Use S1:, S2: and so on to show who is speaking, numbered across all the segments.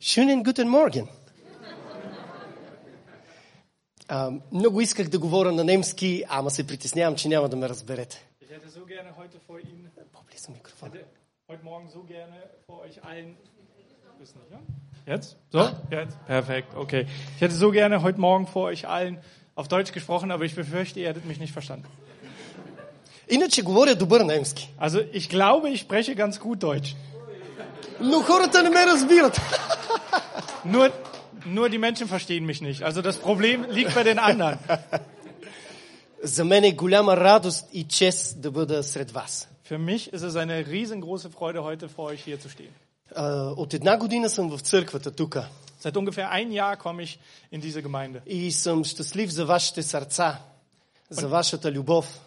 S1: Schönen guten Morgen. А, много исках да говоря на немски, ама се притеснявам, че няма да ме разберете.
S2: Ich hätte so gerne heute vor Ihnen,
S1: По-близо микрофона.
S2: hätte heute Morgen so gerne vor euch allen. Ist nicht, ne? Jetzt? So? Jetzt? Perfekt, okay. Ich hätte so gerne heute Morgen vor euch allen auf Deutsch gesprochen, aber ich befürchte, ihr hättet mich nicht verstanden.
S1: Иначе говоря добър немски.
S2: Also, ich glaube, ich spreche ganz gut Deutsch.
S1: Но хората не ме разбират.
S2: Nur, nur die Menschen verstehen mich nicht. Also, das Problem liegt bei den anderen.
S1: За мен е голяма радост и чест да бъда сред вас.
S2: Für mich ist es eine riesengroße Freude, heute vor euch hier zu stehen.
S1: А, От една година съм в църквата тук
S2: Seit ungefähr ein Jahr komme ich in diese Gemeinde.
S1: и съм щастлив за вашите сърца, за вашата любов,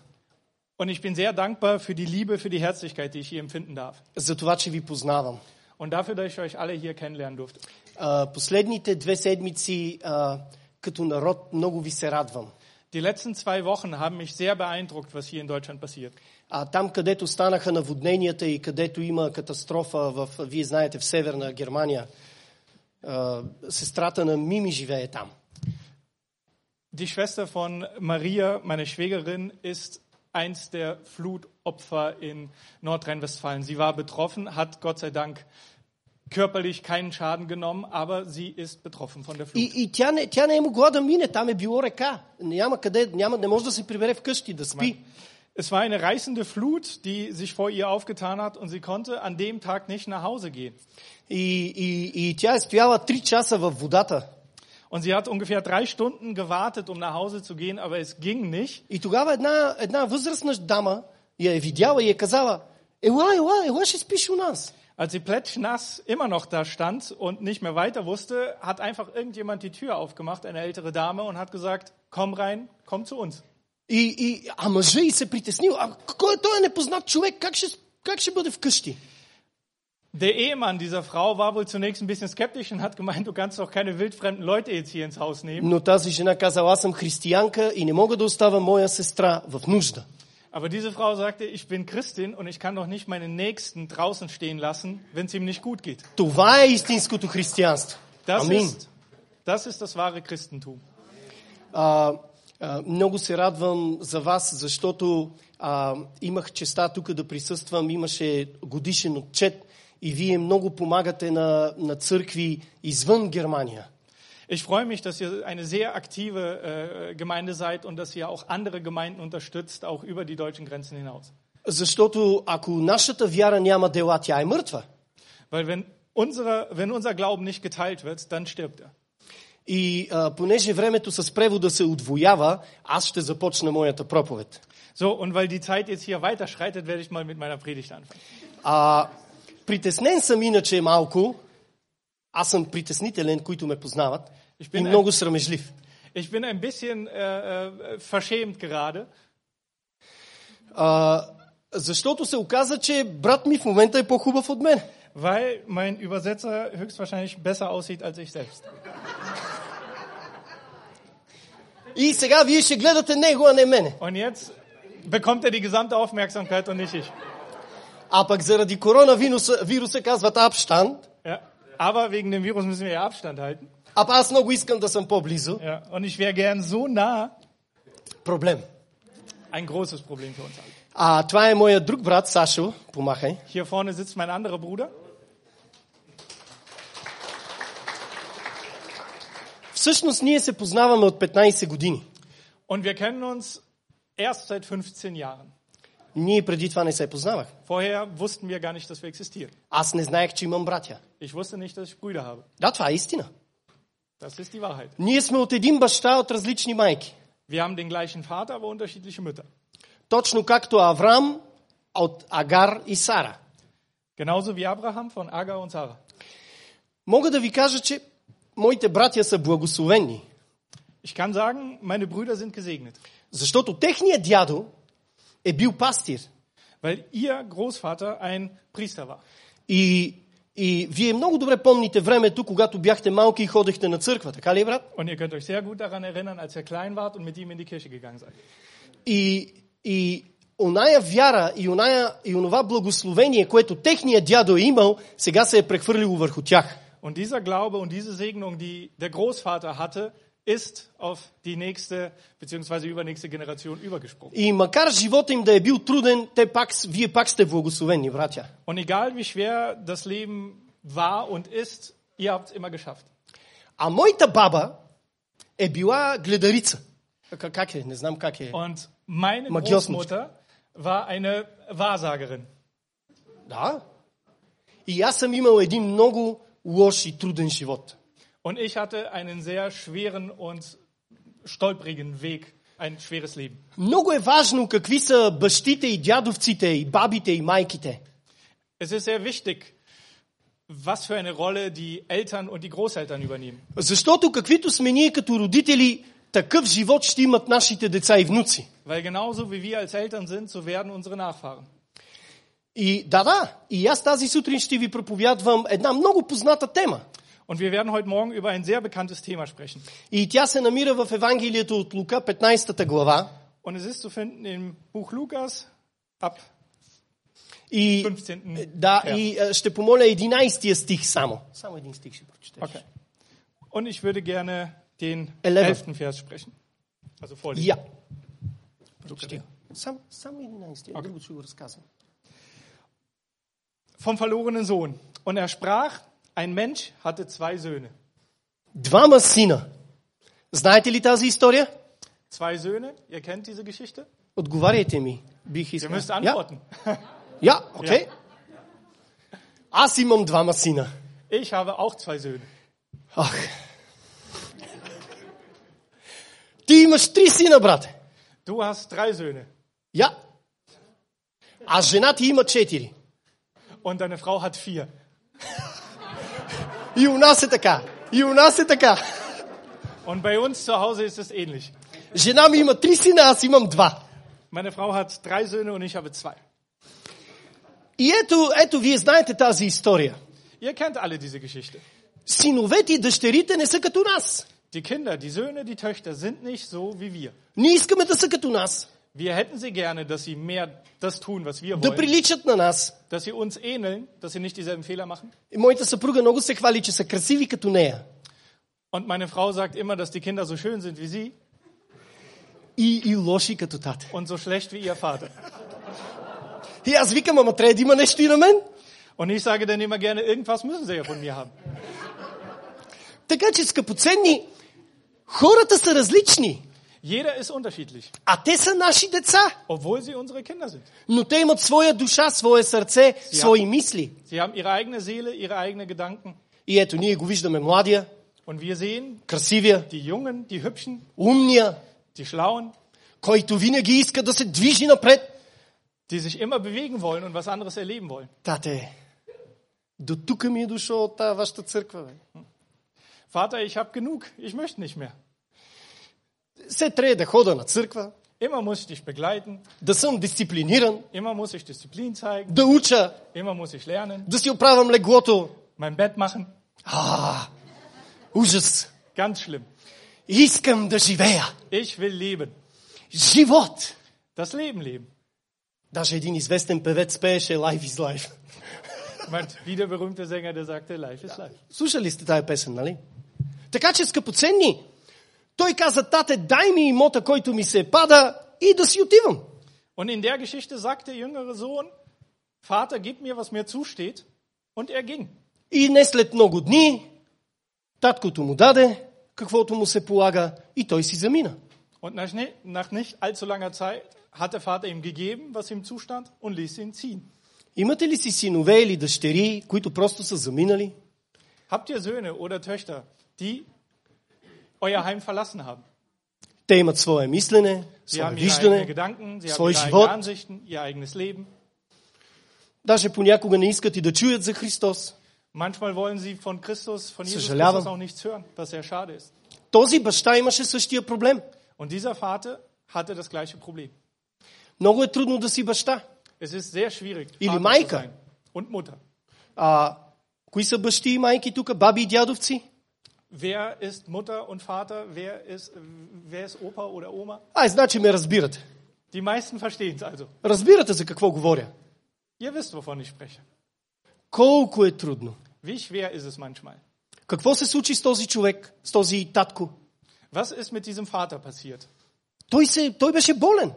S2: Und ich bin sehr dankbar für die Liebe, für die Herzlichkeit, die ich hier empfinden darf.
S1: за това, че ви познавам.
S2: Und dafür, dass ich euch alle hier kennenlernen durfte.
S1: А, Последните две седмици а, като народ много ви се радвам.
S2: Die letzten zwei Wochen haben mich sehr beeindruckt, was hier in Deutschland passiert.
S1: А там, където станаха наводненията и където има катастрофа, в, вие знаете, в северна Германия, а, сестрата на Мими живее там.
S2: Die Schwester von Maria, meine Schwägerin, ist eins der Flutopfer in Nordrhein-Westfalen. Sie war betroffen, hat Gott sei Dank körperlich keinen Schaden genommen, aber sie ist betroffen von der Flut.
S1: И, и тя, не, тя не е могла да мине, там е било река. Няма къде, няма, не може да се прибере вкъщи да спи.
S2: Es war eine reißende Flut, die sich vor ihr aufgetan hat und sie konnte an dem Tag nicht nach Hause gehen.
S1: И, и, и тя е стояла 3 часа във водата.
S2: Und sie hat ungefähr drei Stunden gewartet, um nach Hause zu gehen, aber es ging nicht.
S1: И тогава една, една възрастна дама я е видяла и е казала, ела, ела, ела, ще спиш у нас.
S2: Als sie plätschnass immer noch da stand und nicht mehr weiter wusste, hat einfach irgendjemand die Tür aufgemacht, eine ältere Dame, und hat gesagt, komm rein, komm zu uns.
S1: И, и, а мъжа и се притеснил, а кой е този непознат човек, как ще, как ще бъде вкъщи?
S2: Der Ehemann dieser Frau war wohl zunächst ein bisschen skeptisch und hat gemeint, du kannst doch keine wildfremden Leute jetzt hier ins Haus nehmen.
S1: Но тази жена казала, аз съм християнка и не мога да оставя моя сестра в нужда.
S2: Aber diese Frau sagte, ich bin Christin und ich kann doch nicht meinen Nächsten draußen stehen lassen, wenn es ihm nicht gut geht.
S1: Това е истинското християнство.
S2: Das,
S1: Амин.
S2: ist, das ist das wahre Christentum.
S1: А, а, много се радвам за вас, защото а, имах честа тук да присъствам. Имаше годишен отчет и вие много помагате на, на църкви извън Германия.
S2: Ich freue mich, dass ihr eine sehr aktive äh, Gemeinde seid und dass ihr auch andere Gemeinden unterstützt, auch über die deutschen Grenzen hinaus.
S1: Защото ако нашата вяра няма дела, тя е мъртва.
S2: Weil wenn, unsere, wenn unser Glauben nicht geteilt wird, dann stirbt er.
S1: И а, понеже времето с превода се отвоява, аз ще започна моята проповед.
S2: So, und weil die Zeit jetzt hier weiterschreitet, werde ich mal mit meiner Predigt anfangen.
S1: А, притеснен съм иначе малко. Аз съм притеснителен, които ме познават.
S2: Ich
S1: И
S2: bin, ein,
S1: много срамежлив.
S2: ich bin ein bisschen äh, äh, verschämt gerade,
S1: А, защото се оказа, че брат ми в момента е по-хубав от мен.
S2: weil mein Übersetzer höchstwahrscheinlich besser aussieht als ich selbst.
S1: И сега вие ще гледате него, а не мене.
S2: Und jetzt bekommt er die gesamte Aufmerksamkeit und nicht ich.
S1: А пък заради коронавируса вируса казват Апштан.
S2: Ja. Aber wegen dem Virus müssen wir ja Abstand halten.
S1: А аз много искам да съм по-близо.
S2: Ja, und ich wäre gern so nah.
S1: Проблем.
S2: Ein großes Problem für uns alle.
S1: А това е моя друг брат, Сашо. Помахай.
S2: Hier vorne sitzt mein anderer Bruder.
S1: Всъщност ние се познаваме от 15 години.
S2: Und wir kennen uns erst seit 15 Jahren.
S1: Ние преди това не се познавах.
S2: Vorher wussten wir gar nicht, dass wir existieren.
S1: Аз не знаех, че имам братя.
S2: Ich wusste nicht, dass ich Brüder habe.
S1: Да, това е истина.
S2: Das ist die Wahrheit.
S1: Ние сме от един баща от различни майки.
S2: Wir haben den gleichen Vater, aber unterschiedliche Mütter.
S1: Точно както Авраам от Агар и Сара.
S2: Genauso wie Abraham von Agar und Sarah.
S1: Мога да ви кажа, че моите братя са благословени,
S2: Ich kann sagen, meine Brüder sind gesegnet,
S1: защото техният дядо е бил пастир.
S2: weil ihr Großvater ein Priester war.
S1: И, и вие много добре помните времето, когато бяхте малки и ходехте на църква, така ли, брат?
S2: Und ihr könnt euch sehr gut daran erinnern, als ihr klein wart und mit ihm in die Kirche gegangen seid.
S1: И, и оная вяра и, оная, и онова благословение, което техният дядо е имал, сега се е прехвърлило върху тях.
S2: Und dieser Glaube und diese Segnung, die der Großvater hatte, ist auf die nächste bzw. übernächste Generation übergesprungen.
S1: И макар живота им да е бил труден, те пак, с- вие пак сте благословени, братя.
S2: Und egal wie schwer das Leben war und ist, ihr habt es immer geschafft.
S1: А моята баба е била гледарица. К- Как е? Не знам как е.
S2: Und meine
S1: Magiosen.
S2: Großmutter war eine Wahrsagerin.
S1: Да. И аз съм имал един много лош и труден живот.
S2: Und ich hatte einen sehr schweren und stolprigen Weg, ein schweres Leben.
S1: Много е важно какви са бащите и дядовците, и бабите, и майките.
S2: Es ist sehr wichtig, was für eine Rolle die Eltern und die Großeltern übernehmen.
S1: Защото каквито сме ние като родители, такъв живот ще имат нашите деца и внуци.
S2: Weil genauso wie wir als Eltern sind, so werden unsere Nachfahren.
S1: И да, да, и аз тази сутрин ще ви проповядвам една много позната тема.
S2: Und wir werden heute Morgen über ein sehr bekanntes Thema sprechen.
S1: И тя се намира в Евангелието от Лука, 15 глава.
S2: Und es ist zu finden im Buch Lukas ab
S1: И, е,
S2: 15.
S1: да,
S2: Ja.
S1: и а, ще помоля 11 стих само. Само един стих ще прочетеш.
S2: Okay. Und ich würde gerne den
S1: Eleven.
S2: elften Vers sprechen. Also vorlesen.
S1: Я. Прочети. Само, само 11, а друго ще го разказвам.
S2: Vom verlorenen Sohn. Und er sprach, ein Mensch hatte zwei Söhne.
S1: Двама сина. Знаете ли тази история?
S2: Zwei Söhne, ihr kennt diese Geschichte?
S1: Отговаряйте ми. Бих
S2: Ihr
S1: искал.
S2: müsst antworten.
S1: Я, Я, окей. Аз имам двама сина.
S2: Ich habe auch zwei Söhne.
S1: Ах. Ти имаш три сина, брате.
S2: Du hast drei Söhne.
S1: Я. А жена ти има четири.
S2: Und deine Frau hat vier.
S1: И у нас е така. И у нас е така.
S2: Und bei uns zu Hause ist es ähnlich.
S1: Жена ми има три сина, аз имам два.
S2: Meine Frau hat drei Söhne und ich habe zwei.
S1: И ето, ето, вие знаете тази история.
S2: Ihr kennt alle diese Geschichte.
S1: Синовете и дъщерите не са като нас.
S2: Die Kinder, die Söhne, die Töchter sind nicht so wie wir.
S1: Ние искаме да са като нас,
S2: Wir hätten sie gerne, dass sie mehr das tun, was wir
S1: да
S2: wollen,
S1: приличат на нас.
S2: dass sie uns ähneln, dass sie nicht dieselben Fehler machen.
S1: И моята съпруга много се хвали, че са красиви като нея.
S2: Und meine Frau sagt immer, dass die Kinder so schön sind wie sie
S1: И, и лоши като тате.
S2: und so schlecht wie ihr Vater.
S1: И аз викам, ама трябва да има нещо и на мен.
S2: Und ich sage dann immer gerne, irgendwas müssen sie ja von mir haben.
S1: Така че, скъпоценни, хората са различни,
S2: Jeder ist unterschiedlich,
S1: а те са наши деца.
S2: obwohl sie unsere Kinder sind.
S1: Но те имат своя душа, свое сърце, свои мисли.
S2: Sie haben ihre eigene Seele, ihre eigenen Gedanken.
S1: И ето, ние го виждаме младия,
S2: Und wir sehen
S1: красивия,
S2: die Jungen, die Hübschen,
S1: умния,
S2: die Schlauen,
S1: който винаги иска да се движи напред.
S2: die sich immer bewegen wollen und was anderes erleben wollen.
S1: Тате, до тук ми е дошъл от тази вашата църква. Бе.
S2: Vater, ich habe genug, ich möchte nicht mehr.
S1: Се трябва да хода на църква,
S2: Immer muss ich dich begleiten,
S1: да съм дисциплиниран,
S2: immer muss ich Disziplin zeigen,
S1: да уча,
S2: immer muss ich lernen,
S1: да си оправям леглото.
S2: mein Bett machen.
S1: Ужас!
S2: Ganz schlimm.
S1: Искам да живея!
S2: Ich will leben.
S1: Живот!
S2: Das Leben leben.
S1: Даже един известен певец пееше Life is Life.
S2: Meint wie der berühmte Sänger, der sagte, Life is Life.
S1: Слушали сте тая песен, нали? Така че, скъпоценни, той каза, тате, дай ми имота, който ми се пада и да си отивам.
S2: Und in der Geschichte sagt der jüngere Sohn, Vater, gib mir, was mir zusteht. Und er ging.
S1: И не след много дни, таткото му даде, каквото му се полага и той си замина.
S2: Und nach, ni- nach nicht allzu langer Zeit hat der Vater ihm gegeben, was ihm zustand, und ließ ihn ziehen.
S1: Имате ли си синове или дъщери, които просто са заминали?
S2: Habt ihr Söhne oder Töchter, die euer Heim verlassen haben?
S1: Те имат свое мислене,
S2: Sie
S1: свое
S2: haben ihre eigenen
S1: виждане,
S2: Gedanken, sie haben
S1: Свой
S2: ihre eigenen
S1: живот.
S2: Ansichten, ihr eigenes Leben.
S1: даже понякога не искат и да чуят за Христос.
S2: Manchmal wollen sie von Christus, von Jesus
S1: Съжалявам.
S2: Christus auch nichts hören, was sehr schade ist.
S1: Този баща имаше същия проблем.
S2: Und dieser Vater hatte das gleiche Problem.
S1: Много е трудно да си баща.
S2: Es ist sehr schwierig.
S1: Или
S2: Vater zu
S1: Maike.
S2: sein. Und Mutter.
S1: А, кои са бащи и майки тук? Баби и дядовци?
S2: Wer ist Mutter und Vater? Wer ist, wer ist Opa oder Oma?
S1: Ай, значи ме разбирате.
S2: Die meisten verstehen es also.
S1: Разбирате за какво говоря.
S2: Ihr wisst, wovon ich spreche.
S1: Колко е трудно.
S2: Wie schwer ist es manchmal?
S1: Какво се случи с този човек, с този татко?
S2: Was ist mit diesem Vater passiert?
S1: Той, се, той беше болен.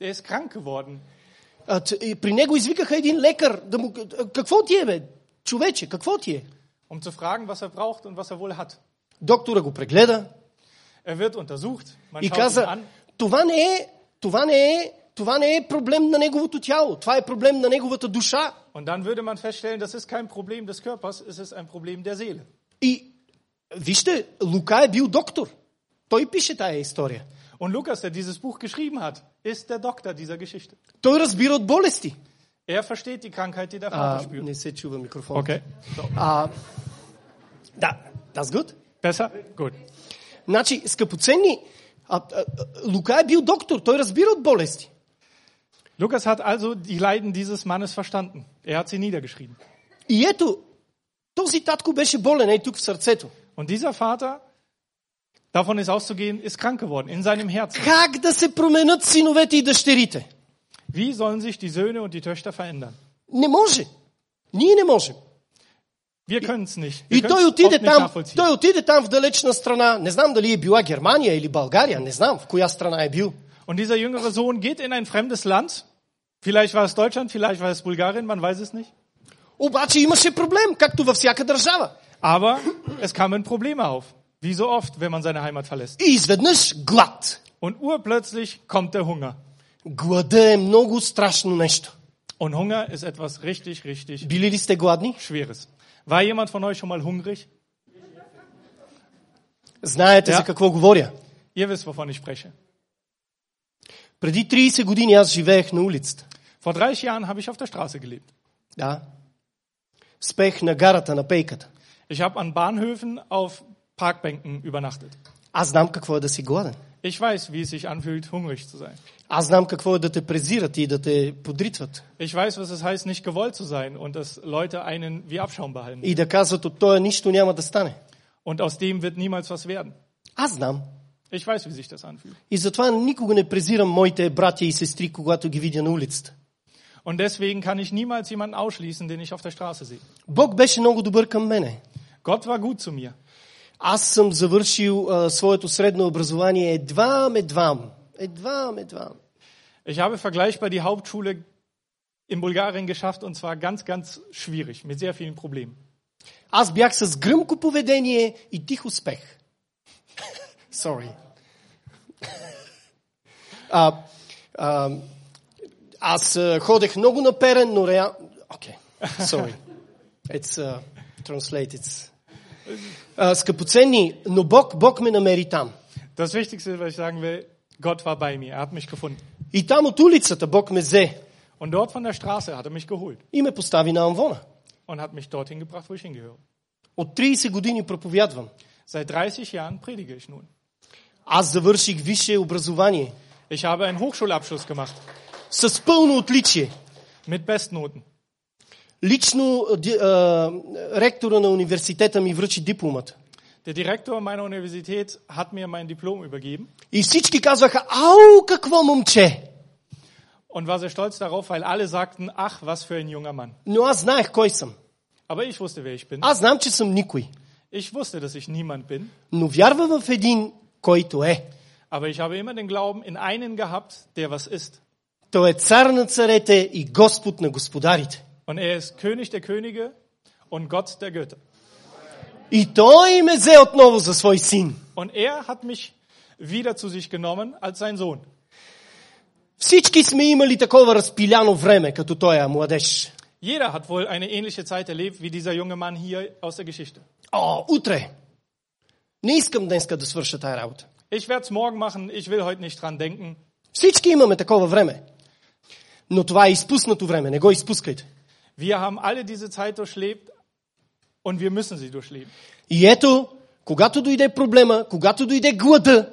S2: Er ist krank geworden.
S1: А, т- и При него извикаха един лекар да му... «А, Какво ти е, бе? Човече, какво ти е?
S2: um zu fragen, was er braucht und was er wohl hat.
S1: Доктора го прегледа
S2: Er wird untersucht, man
S1: и
S2: schaut ihn
S1: каза,
S2: an
S1: това не е, това не е, това не е проблем на неговото тяло, това е проблем на неговата душа.
S2: und dann würde man feststellen, das ist kein Problem des Körpers, es ist ein Problem der Seele.
S1: И вижте, Лука е бил доктор. Той пише тая история.
S2: Und Lukas, der dieses Buch geschrieben hat, ist der Doktor dieser Geschichte.
S1: Той разбира от болести.
S2: Er versteht die Krankheit, die der Vater
S1: А,
S2: spürt.
S1: не се чува микрофон.
S2: Okay,
S1: А, да, that's good.
S2: besser? Gut.
S1: Значи, скъпоценни, а, а, а, Лука е бил доктор, той разбира от болести.
S2: Lukas hat also die Leiden dieses Mannes verstanden. Er hat sie niedergeschrieben.
S1: И ето, този татко беше болен, ей тук в сърцето.
S2: Und dieser Vater, davon ist auszugehen, ist krank geworden in seinem Herzen.
S1: Как да се променят синовете и дъщерите?
S2: Wie sollen sich die Söhne und die Töchter verändern?
S1: Не може. Ние не можем.
S2: Wir können es nicht. Wir
S1: И той
S2: können's oft
S1: отиде
S2: nicht
S1: там,
S2: nachvollziehen.
S1: той отиде там в далечна страна. Не знам дали е била Германия или България, не знам в коя страна е бил.
S2: Und dieser jüngere Sohn geht in ein fremdes Land. Vielleicht war es Deutschland, vielleicht war es Bulgarien, man weiß es nicht.
S1: Обаче имаше проблем, както във всяка държава.
S2: Aber es kamen Probleme auf. Wie so oft, wenn man seine Heimat verlässt.
S1: И изведнъж глад.
S2: Und urplötzlich kommt der Hunger.
S1: Глада е много страшно нещо.
S2: Und Hunger ist etwas richtig, richtig
S1: Били ли сте гладни?
S2: Schweres. War jemand von euch schon mal hungrig?
S1: Знаете
S2: Да.
S1: за какво говоря.
S2: Ihr wisst, wovon ich spreche.
S1: Преди 30 години аз живеех на улицата.
S2: Vor 30 Jahren habe ich auf der Straße gelebt.
S1: Да. Спех на гарата, на пейката.
S2: Ich habe an Bahnhöfen auf Parkbänken übernachtet.
S1: Аз знам какво е да си гладен.
S2: Ich weiß, wie es sich anfühlt, hungrig zu sein.
S1: Аз знам какво е да те презират и да те подритват.
S2: Ich weiß, was es heißt, nicht gewollt zu sein und dass Leute einen wie Abschaum behalten.
S1: И да казват от тоя нищо няма да стане.
S2: Und aus dem wird niemals was werden.
S1: Аз знам.
S2: Ich weiß, wie sich das anfühlt.
S1: И затова никога не презирам моите братя и сестри, когато ги видя на улицата.
S2: Und deswegen kann ich niemals jemanden ausschließen, den ich auf der Straße sehe.
S1: Бог беше много добър към мене.
S2: Gott war gut zu mir.
S1: Аз съм завършил а, своето средно образование едва медвам. Едва медвам.
S2: Ich habe vergleichbar die Hauptschule in Bulgarien geschafft und zwar ganz, ganz schwierig, mit sehr vielen Problemen.
S1: Аз бях с гръмко поведение и тих успех. Sorry. а, а, аз а, ходех много наперен, но реал... Окей, okay. sorry. It's uh, translated. А, скъпоценни, но Бог, Бог ме намери там.
S2: Das Wichtigste, was ich sagen will, Gott war bei mir. Er hat mich gefunden.
S1: И там от улицата Бог ме взе
S2: Und dort von der Straße hat er mich geholt
S1: и ме постави на амвона.
S2: und hat mich dorthin gebracht, wo ich hingehöre.
S1: От 30 години проповядвам.
S2: Seit 30 Jahren predige ich nun.
S1: Аз завърших висше образование
S2: Ich habe einen Hochschulabschluss gemacht
S1: с пълно отличие.
S2: mit Bestnoten.
S1: Лично а, ди- а, ректора на университета ми връчи дипломата.
S2: Der Direktor meiner Universität hat mir mein Diplom übergeben
S1: И всички казваха, ау, какво момче!
S2: und war sehr stolz darauf, weil alle sagten, ach, was für ein junger Mann.
S1: Но аз знаех кой съм.
S2: Aber ich wusste, wer ich bin.
S1: Аз знам, че съм никой.
S2: Ich wusste, dass ich niemand bin.
S1: Но вярвам в един, който е.
S2: Aber ich habe immer den Glauben in einen gehabt, der was ist.
S1: Той е цар на царете и Господ на господарите.
S2: Und er ist König der Könige und Gott der Götter.
S1: И той ме взе отново за свой син.
S2: Und er hat mich wieder zu sich genommen als sein Sohn.
S1: Всички сме имали такова разпиляно време, като той е младеж.
S2: Jeder hat wohl eine ähnliche Zeit erlebt wie dieser junge Mann hier aus der Geschichte.
S1: О, утре! Не искам днеска да свърша тая работа.
S2: Ich werde es morgen machen, ich will heute nicht dran denken.
S1: Всички имаме такова време. Но това е изпуснато време, не го изпускайте.
S2: Wir haben alle diese Zeit durchlebt und wir müssen sie durchleben.
S1: И ето, когато дойде проблема, когато дойде глада,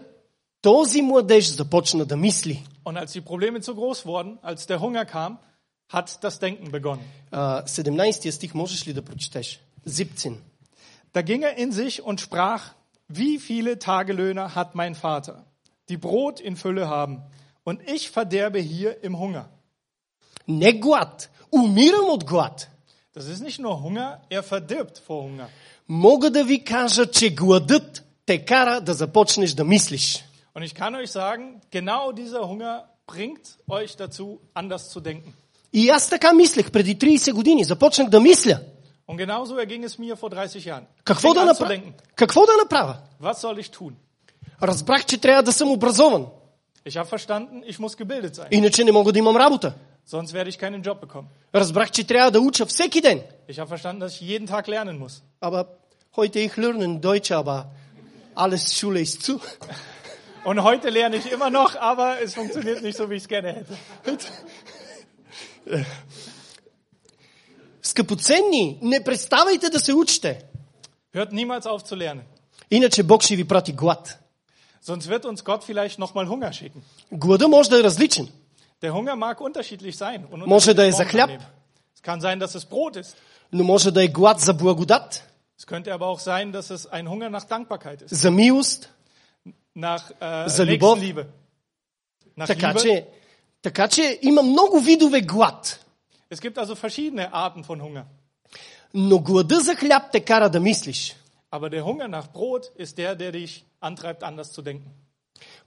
S1: този младеж започна да мисли.
S2: Und als die Probleme zu groß wurden, als der Hunger kam, hat das Denken begonnen.
S1: А, 17 стих можеш ли да прочетеш? Зипцин.
S2: Da ging er in sich und sprach, wie viele Tagelöhner hat mein Vater, die Brot in Fülle haben, und ich verderbe hier im Hunger.
S1: Не глад. Умирам от глад.
S2: Das ist nicht nur Hunger, er verdirbt vor Hunger.
S1: Мога да ви кажа, че гладът те кара да започнеш да мислиш.
S2: Und ich kann euch sagen, genau dieser Hunger bringt euch dazu, anders zu denken.
S1: И аз така мислех преди 30 години. Започнах да мисля.
S2: Und genauso erging es mir vor 30 Jahren.
S1: Какво да,
S2: Dinge
S1: направя?
S2: anzudenken.
S1: Какво да направя?
S2: Was soll ich tun?
S1: Разбрах, че трябва да съм образован.
S2: Ich habe verstanden, ich muss gebildet sein,
S1: Иначе не мога да имам работа.
S2: sonst werde ich keinen Job bekommen.
S1: Разбрах, че трябва да уча всеки ден.
S2: Ich habe verstanden, dass ich jeden Tag lernen muss.
S1: Aber heute ich lernen Deutsch, aber alles Schule ist zu.
S2: Und heute lerne ich immer noch, aber es funktioniert nicht so, wie ich es gerne hätte.
S1: Скъпоценни, не преставайте да се учите.
S2: Hört niemals auf zu lernen.
S1: Иначе Бог ще ви прати глад.
S2: Sonst wird uns Gott vielleicht nochmal Hunger schicken.
S1: Глада може да е различен.
S2: Der Hunger mag unterschiedlich sein. Und
S1: Może da
S2: unterschiedliche
S1: jest
S2: Formen
S1: chleb.
S2: annehmen. Es kann sein, dass es Brot ist.
S1: но може да е глад за благодат,
S2: Es könnte aber auch sein, dass es ein Hunger nach Dankbarkeit ist,
S1: за милост.
S2: nach äh,
S1: Za Liebe.
S2: Nächstenliebe. Nach
S1: Така
S2: Liebe.
S1: че, така че има много видове глад,
S2: Es gibt also verschiedene Arten von Hunger.
S1: но глада за хляб те кара да мислиш.
S2: Aber der Hunger nach Brot ist der, der dich antreibt, anders zu denken.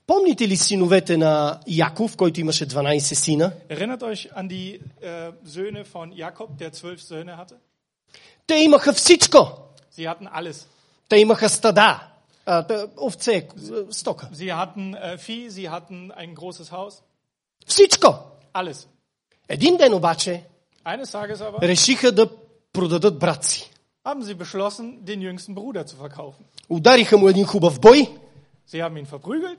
S1: Помните ли синовете на Яков, който имаше 12 сина?
S2: Erinnert euch an die äh, Söhne von Jakob, der zwölf Söhne hatte?
S1: Те имаха всичко.
S2: Sie hatten alles.
S1: Те имаха стада, а, та- овце, к- стока.
S2: Sie hatten äh, Vieh, sie hatten ein großes Haus.
S1: Всичко.
S2: Alles.
S1: Един ден обаче
S2: Eines Tages aber
S1: решиха да продадат брат си.
S2: haben sie beschlossen, den jüngsten Bruder zu verkaufen.
S1: Удариха му един хубав бой,
S2: Sie haben ihn verprügelt,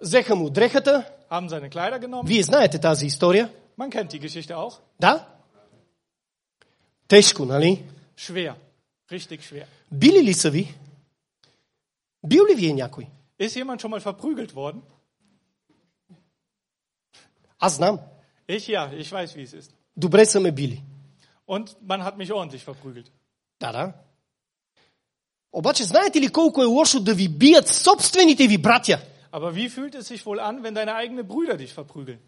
S1: взеха му дрехата.
S2: haben seine Kleider genommen.
S1: Вие знаете тази история?
S2: Man kennt die Geschichte auch.
S1: Да? Тежко, нали?
S2: Schwer. Richtig schwer.
S1: Били ли са ви? Бил ли ви е някой?
S2: Ist jemand schon mal verprügelt worden?
S1: Аз знам.
S2: Ich ja, ich weiß, wie es ist.
S1: Добре са ме били.
S2: Und man hat mich ordentlich verprügelt.
S1: Да, да. Обаче знаете ли колко е лошо да ви бият собствените ви братя?
S2: Aber wie fühlt es sich wohl an, wenn deine eigenen Brüder dich verprügeln?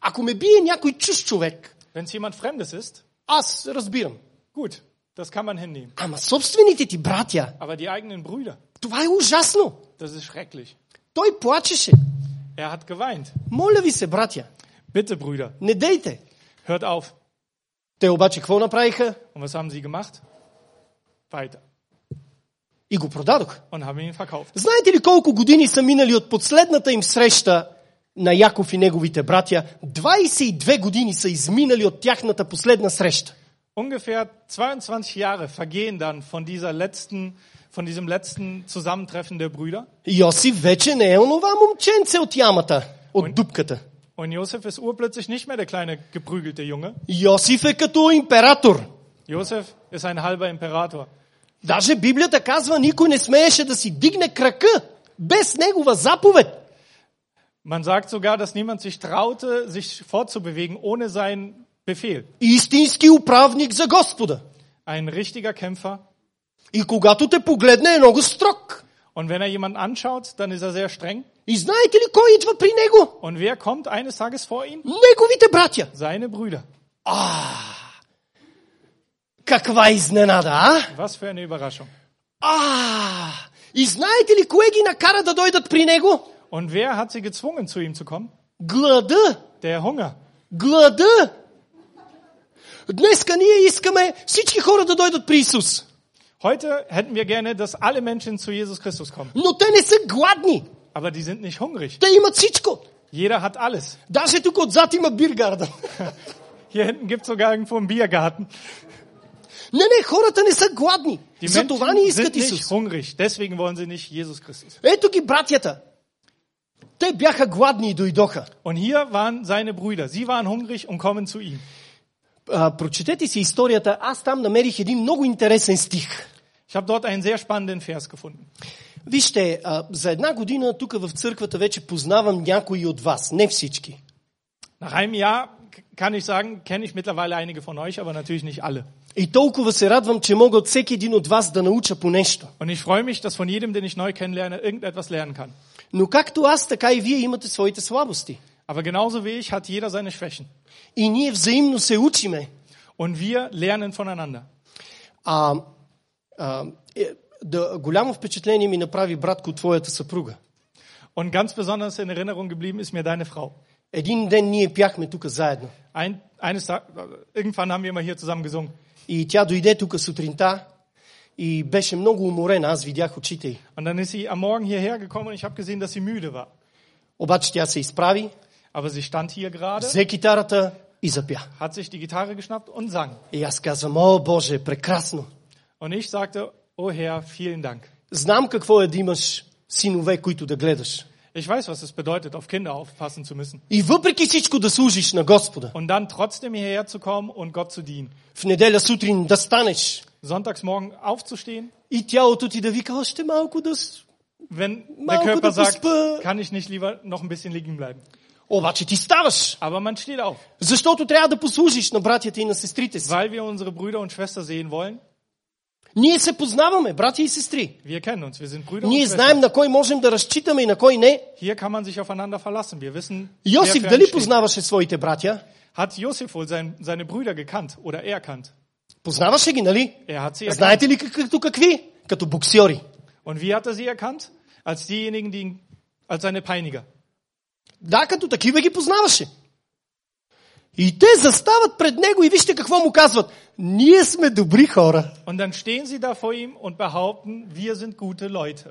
S1: Ако ме бие някой чуж човек,
S2: Wenn es jemand Fremdes ist,
S1: аз разбирам.
S2: gut, das kann man hinnehmen.
S1: Ама собствените ти братя,
S2: Aber die eigenen Brüder,
S1: това е ужасно.
S2: das ist schrecklich.
S1: Той плачеше.
S2: Er hat geweint.
S1: Моля ви се, братя,
S2: Bitte, Brüder,
S1: не дейте.
S2: hört auf.
S1: Те обаче какво направиха?
S2: Und was haben sie gemacht? Weiter.
S1: И го продадох.
S2: Und haben ihn verkauft.
S1: Знаете ли колко години са минали от последната им среща на Яков и неговите братя? 22 години са изминали от тяхната последна среща.
S2: Ungefähr 22 Jahre vergehen dann von dieser letzten, von diesem letzten Zusammentreffen der Brüder.
S1: Йосиф вече не е онова момченце от ямата, от дупката.
S2: Und Josef ist urplötzlich nicht mehr der kleine geprügelte Junge.
S1: Йосиф е като император.
S2: Josef ist ein halber Imperator.
S1: Даже Библията казва, никой не смееше да си дигне крака без негова заповед.
S2: Man sagt sogar, dass niemand sich traute, sich fortzubewegen ohne seinen Befehl.
S1: Истински управник за Господа.
S2: Ein richtiger Kämpfer.
S1: И когато те погледне е много строг.
S2: Und wenn er jemanden anschaut, dann ist er sehr streng.
S1: И знаете ли кой идва при него?
S2: Und wer kommt eines Tages vor ihn?
S1: Неговите братя.
S2: Seine Brüder.
S1: Каква изненада, а?
S2: Was für eine Überraschung.
S1: А! И знаете ли кое ги накара да дойдат при него?
S2: Und wer hat sie gezwungen, zu ihm zu kommen?
S1: Глада!
S2: Der Hunger.
S1: Глада! Днеска ние искаме всички хора да дойдат при Исус.
S2: Heute hätten wir gerne, dass alle Menschen zu Jesus Christus kommen.
S1: Но те не са гладни.
S2: Aber die sind nicht hungrig.
S1: Те имат всичко.
S2: Jeder hat alles.
S1: Даже тук отзад има биргарда.
S2: Hier hinten gibt's sogar irgendwo einen Biergarten.
S1: Не, не, хората не са гладни.
S2: Die
S1: За това ни
S2: Menschen
S1: искат
S2: sind
S1: Исус.
S2: nicht hungrig. Deswegen wollen sie nicht Jesus Christus.
S1: Ето ги братята. Те бяха гладни и дойдоха.
S2: Und hier waren seine Brüder. Sie waren hungrig und kommen zu ihm.
S1: А, прочетете си историята. Аз там намерих един много интересен стих.
S2: Ich habe dort einen sehr spannenden Vers gefunden.
S1: Вижте, а, за една година тук в църквата вече познавам някои от вас. Не всички.
S2: Nach einem Jahr k- kann ich sagen, kenne ich mittlerweile einige von euch, aber natürlich nicht alle.
S1: И толкова се радвам, че мога от всеки един от вас да науча по нещо.
S2: Und ich freue mich, dass von jedem, den ich neu kennenlerne, irgendetwas lernen kann.
S1: Но както аз, така и вие имате своите слабости.
S2: Aber genauso wie ich hat jeder seine Schwächen.
S1: И ние взаимно се учиме.
S2: Und wir lernen voneinander.
S1: А, а, е, да, голямо впечатление ми направи, братко, твоята съпруга.
S2: Und ganz besonders in Erinnerung geblieben ist mir deine Frau.
S1: Един ден ние пяхме тук заедно.
S2: Ein, eines, Ta- irgendwann haben wir mal hier zusammen gesungen.
S1: И тя дойде тук сутринта и беше много уморена. Аз видях очите й.
S2: Und dann ist sie am Morgen hierher gekommen und ich habe gesehen, dass sie müde war.
S1: Обаче тя се изправи,
S2: Aber sie stand hier gerade,
S1: взе китарата и запя.
S2: hat sich die Gitarre geschnappt und sang.
S1: И аз казвам, о Боже, прекрасно.
S2: Und ich sagte, oh Herr, vielen Dank.
S1: Знам какво е да имаш синове, които да гледаш.
S2: Ich weiß, was es bedeutet, auf Kinder aufpassen zu müssen.
S1: И въпреки всичко да служиш на Господа.
S2: Und dann trotzdem hierher zu kommen und Gott zu dienen.
S1: В неделя сутрин да станеш.
S2: Sonntagsmorgen aufzustehen,
S1: И тялото ти да вика, още малко да... с-».
S2: wenn der
S1: Marco,
S2: Körper
S1: du bist
S2: sagt,
S1: be-
S2: kann ich nicht lieber noch ein bisschen liegen bleiben.
S1: Обаче ти ставаш.
S2: Aber man steht auf,
S1: Защото трябва да послужиш на братята и на сестрите си.
S2: weil wir unsere Brüder und Schwestern sehen wollen.
S1: Ние се познаваме, братя и сестри.
S2: Wir kennen uns, wir sind Brüder und
S1: Ние
S2: Schwestern.
S1: знаем на кой можем да разчитаме и на кой не.
S2: Hier kann man sich aufeinander verlassen. Wir wissen, wer
S1: Йосиф
S2: für einen
S1: дали
S2: steht.
S1: познаваше своите братя?
S2: Hat Josef wohl sein, seine Brüder gekannt oder erkannt?
S1: Познаваше ги, нали?
S2: Er hat sie erkannt.
S1: Знаете ли как- като какви? Като боксьори.
S2: Und wie hat er sie erkannt? Als diejenigen, die ihn, als seine Peiniger.
S1: Да, като такива ги познаваше. И те застават пред него и вижте какво му казват. Ние сме добри хора.
S2: Und dann stehen sie da vor ihm und behaupten, wir sind gute Leute.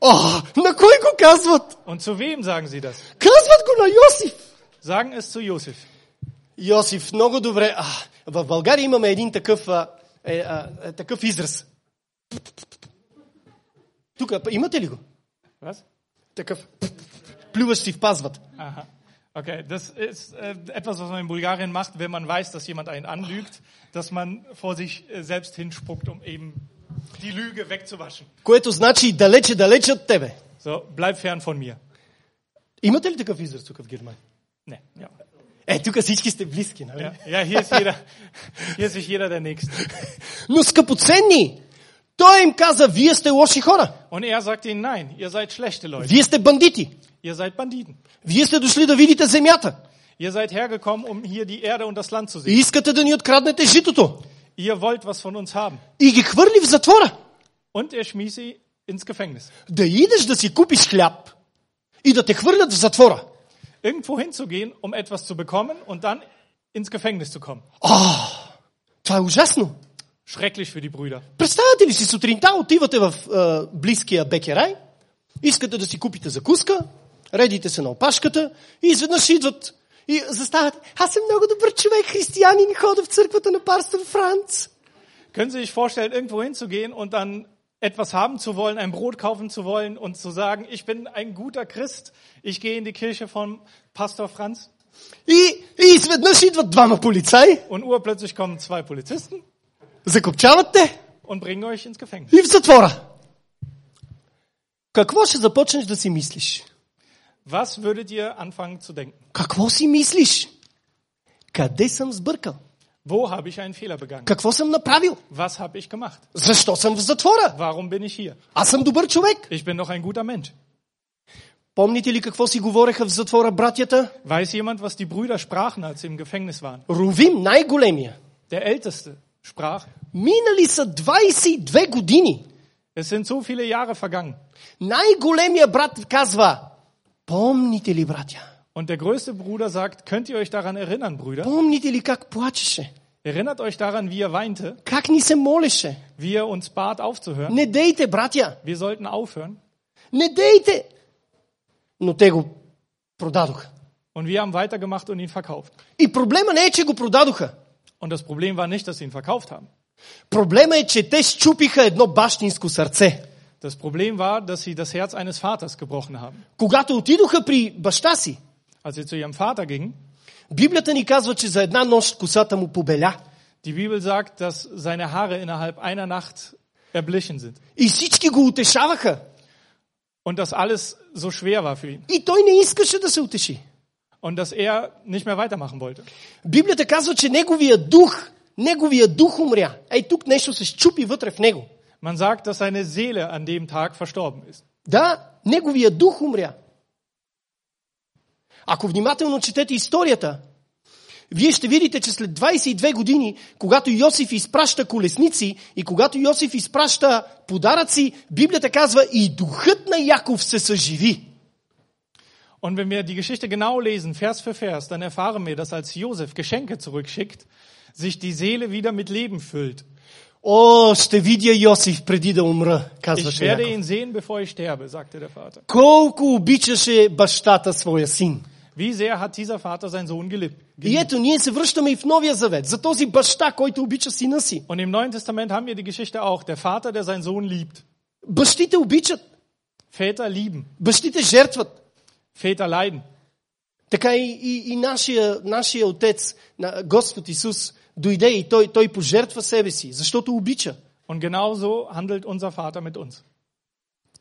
S1: О, на кой го казват?
S2: Und zu wem sagen sie das?
S1: Казват го на Йосиф.
S2: Sagen es zu Josef.
S1: Йосиф, много добре. А, в България имаме един такъв, а, е, а, е, такъв израз. Тук имате ли го?
S2: Was?
S1: Такъв. Плюваш си в пазват.
S2: Aha. Okay, das ist äh, etwas, was man in Bulgarien macht, wenn man weiß, dass jemand einen anlügt, dass man vor sich äh, selbst hinspuckt, um eben die Lüge wegzuwaschen.
S1: Което значи далече, далече от тебе.
S2: So, bleib fern von mir.
S1: Имате ли такъв израз тук в Германия?
S2: Nee, ja.
S1: Е, тук всички сте близки, нали?
S2: Ja, ja hier, ist jeder, hier ist sich jeder der Nächste.
S1: Но скъпоценни, той им каза, вие сте лоши хора,
S2: Und er sagt ihnen, nein, ihr seid schlechte Leute,
S1: вие сте бандити,
S2: ihr seid Banditen.
S1: вие сте дошли да видите земята
S2: Ihr seid hergekommen, um hier die Erde und das Land zu
S1: и
S2: sehen.
S1: искате да ни откраднете житото.
S2: Ihr wollt was von uns haben.
S1: И ги хвърли в затвора.
S2: Und er schmiss sie ins Gefängnis.
S1: Да идеш да си купиш хляб и да те хвърлят в затвора.
S2: Irgendwo hinzugehen, um etwas zu bekommen und dann ins Gefängnis zu kommen.
S1: Това е ужасно.
S2: Schrecklich für die Brüder.
S1: Представете ли си, сутринта отивате в е, близкия бекерай, искате да си купите закуска, редите се на опашката и изведнъж идват и застават. Аз съм много добър човек, християнин, хода в църквата на Парстър Франц.
S2: Können Sie sich vorstellen, irgendwo hinzugehen und dann etwas haben zu wollen, ein Brot kaufen zu wollen und zu sagen, ich bin ein guter Christ, ich gehe in die Kirche von Pastor Franz?
S1: И, и изведнъж идват двама полицаи,
S2: Und urplötzlich kommen zwei Polizisten
S1: закопчават те
S2: und bringen euch ins Gefängnis.
S1: и в затвора. Какво ще започнеш да си мислиш?
S2: Was würdet ihr anfangen zu denken?
S1: Какво си мислиш? Къде съм сбъркал?
S2: Wo habe ich einen Fehler begangen?
S1: Какво съм направил?
S2: Was habe ich gemacht?
S1: Защо съм в затвора?
S2: Warum bin ich hier?
S1: Аз съм добър човек.
S2: Ich bin doch ein guter Mensch.
S1: Помните ли какво си говореха в затвора братята?
S2: Weiß jemand, was die Brüder sprachen, als sie im Gefängnis waren?
S1: Ровим, най-големия.
S2: Der Älteste sprach,
S1: Минали са 22 години.
S2: es sind so viele Jahre vergangen.
S1: Най-големия брат казва, помните ли, братя?
S2: Und der größte Bruder sagt, könnt ihr euch daran erinnern, Brüder?
S1: Помните ли как плачеше?
S2: Erinnert euch daran, wie er weinte,
S1: Как ни се молеше?
S2: wie er uns bat, aufzuhören.
S1: Не дейте, братя!
S2: Wir sollten aufhören.
S1: Не дейте! Но те го продадоха.
S2: Und wir haben weitergemacht und ihn verkauft.
S1: И проблема не е, че го продадоха.
S2: Und das Problem war nicht, dass sie ihn verkauft haben.
S1: Проблема е, че те щупиха едно бащинско сърце.
S2: Das Problem war, dass sie das Herz eines Vaters gebrochen haben.
S1: Когато отидоха при баща си,
S2: Als sie zu ihrem Vater gingen,
S1: Библията ни казва, че за една нощ косата му побеля.
S2: die Bibel sagt, dass seine Haare innerhalb einer Nacht erblichen sind.
S1: И всички го утешаваха.
S2: Und dass alles so schwer war für ihn.
S1: И той не искаше да се утеши.
S2: Und dass er nicht mehr weitermachen wollte.
S1: Библията казва, че неговия дух, неговия дух умря. Ей, тук нещо се щупи вътре в него.
S2: Man sagt, dass seine Seele an dem Tag verstorben ist.
S1: Да, неговия дух умря. Ако внимателно четете историята, Вие ще видите, че след 22 години, когато Йосиф изпраща колесници и когато Йосиф изпраща подаръци, Библията казва и духът на Яков се съживи.
S2: Und wenn wir die Geschichte genau lesen, Vers für Vers, dann erfahren wir, dass als Josef Geschenke zurückschickt, sich die Seele wieder mit Leben füllt.
S1: О, ще видя Йосиф преди да умра,
S2: Ich
S1: казваше
S2: werde
S1: Яков.
S2: ihn sehen, bevor ich sterbe, sagte der Vater.
S1: Колко обичаше бащата своя син.
S2: Wie sehr hat dieser Vater seinen Sohn geliebt?
S1: И ето, ние се връщаме и в Новия Завет, за този баща, който обича сина си.
S2: Und im Neuen Testament haben wir die Geschichte auch, der Vater, der seinen Sohn liebt.
S1: Бащите обичат,
S2: Väter lieben,
S1: бащите жертват.
S2: Väter leiden.
S1: Така и, и, и нашия, нашия отец, на- Господ Исус, дойде и той, той пожертва себе си, защото обича.
S2: Und genauso handelt unser Vater mit uns.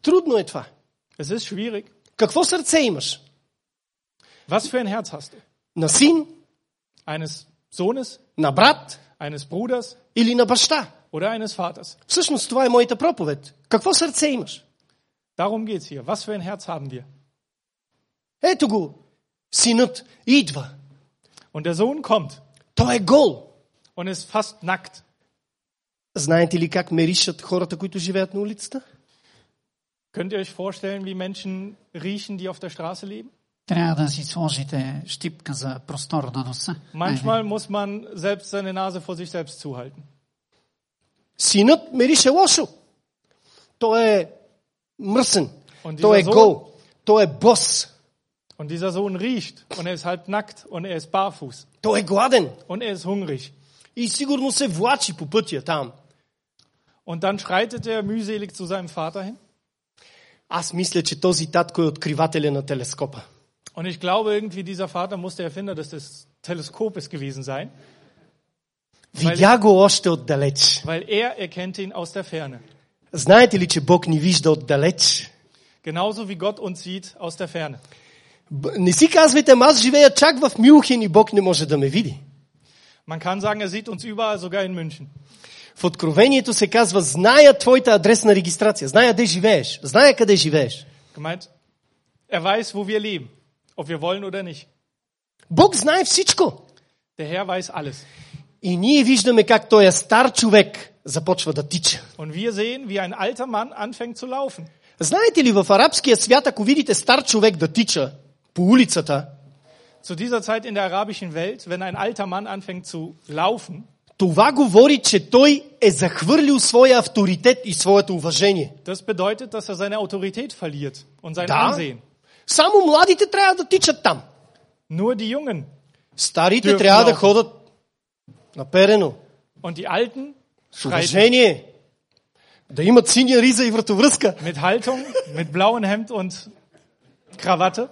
S1: Трудно е това.
S2: Es ist schwierig.
S1: Какво сърце имаш?
S2: Was für ein Herz hast du?
S1: На син,
S2: Eines Sohnes,
S1: на брат
S2: eines Bruders
S1: или на баща?
S2: oder eines Vaters?
S1: Всъщност това е моята проповед. Какво сърце имаш?
S2: Darum geht's hier. Was für ein Herz haben wir?
S1: Ето го, синът идва.
S2: Und der Sohn kommt
S1: Той е гол.
S2: und ist fast nackt.
S1: Знаете ли как меришат хората, които живеят на улицата?
S2: Könnt ihr euch vorstellen, wie Menschen riechen, die auf der Straße leben?
S3: Трябва да си сложите щипка за простор на носа.
S2: Manchmal muss man selbst seine Nase vor sich selbst zuhalten.
S1: Синът мерише лошо. Той е мръсен.
S2: Онди
S1: Той е
S2: за зон.
S1: гол. Той е бос.
S2: Und dieser Sohn riecht und er ist halb nackt und er ist barfuß
S1: Той е гладен.
S2: und er ist hungrig.
S1: И сигурно се влачи по пътя там.
S2: Und dann schreitet er mühselig zu seinem Vater hin.
S1: Аз мисля, че този татко е откривателя на телескопа.
S2: Und ich glaube irgendwie, dieser Vater muss der Erfinder des- des Teleskopes gewesen sein,
S1: Видя го още отдалеч.
S2: weil er erkennt ihn aus der Ferne.
S1: Знаете ли, че Бог ни вижда отдалеч?
S2: Genauso wie Gott uns sieht aus der Ferne.
S1: Б- Не си казвайте, ама аз живея чак в Мюнхен и Бог не може да ме види.
S2: Man kann sagen, er sieht uns überall, sogar in München.
S1: В Откровението се казва, зная твоята адресна регистрация, зная къде живееш, зная къде живееш.
S2: Gemeint, er weiß, wo wir leben, ob wir wollen oder nicht.
S1: Бог знае всичко.
S2: Der Herr weiß alles.
S1: И ние виждаме как той е стар човек започва да тича.
S2: Und wir sehen, wie ein alter Mann anfängt zu laufen.
S1: Знаете ли, в арабския свят, ако видите стар човек да тича по улицата,
S2: Zu dieser Zeit in der arabischen Welt, wenn ein alter Mann anfängt zu laufen,
S1: това говори, че той е захвърлил своя авторитет и своето уважение.
S2: das bedeutet, dass er seine Autorität verliert und sein
S1: Da?
S2: Ansehen.
S1: Само младите трябва да тичат там.
S2: Nur die Jungen
S1: Старите
S2: Тюркнал.
S1: трябва да ходят наперено,
S2: und die Alten
S1: с
S2: schreiten
S1: уважение, да имат синя риза и вратовръзка.
S2: mit Haltung, mit blauem Hemd und Krawatte.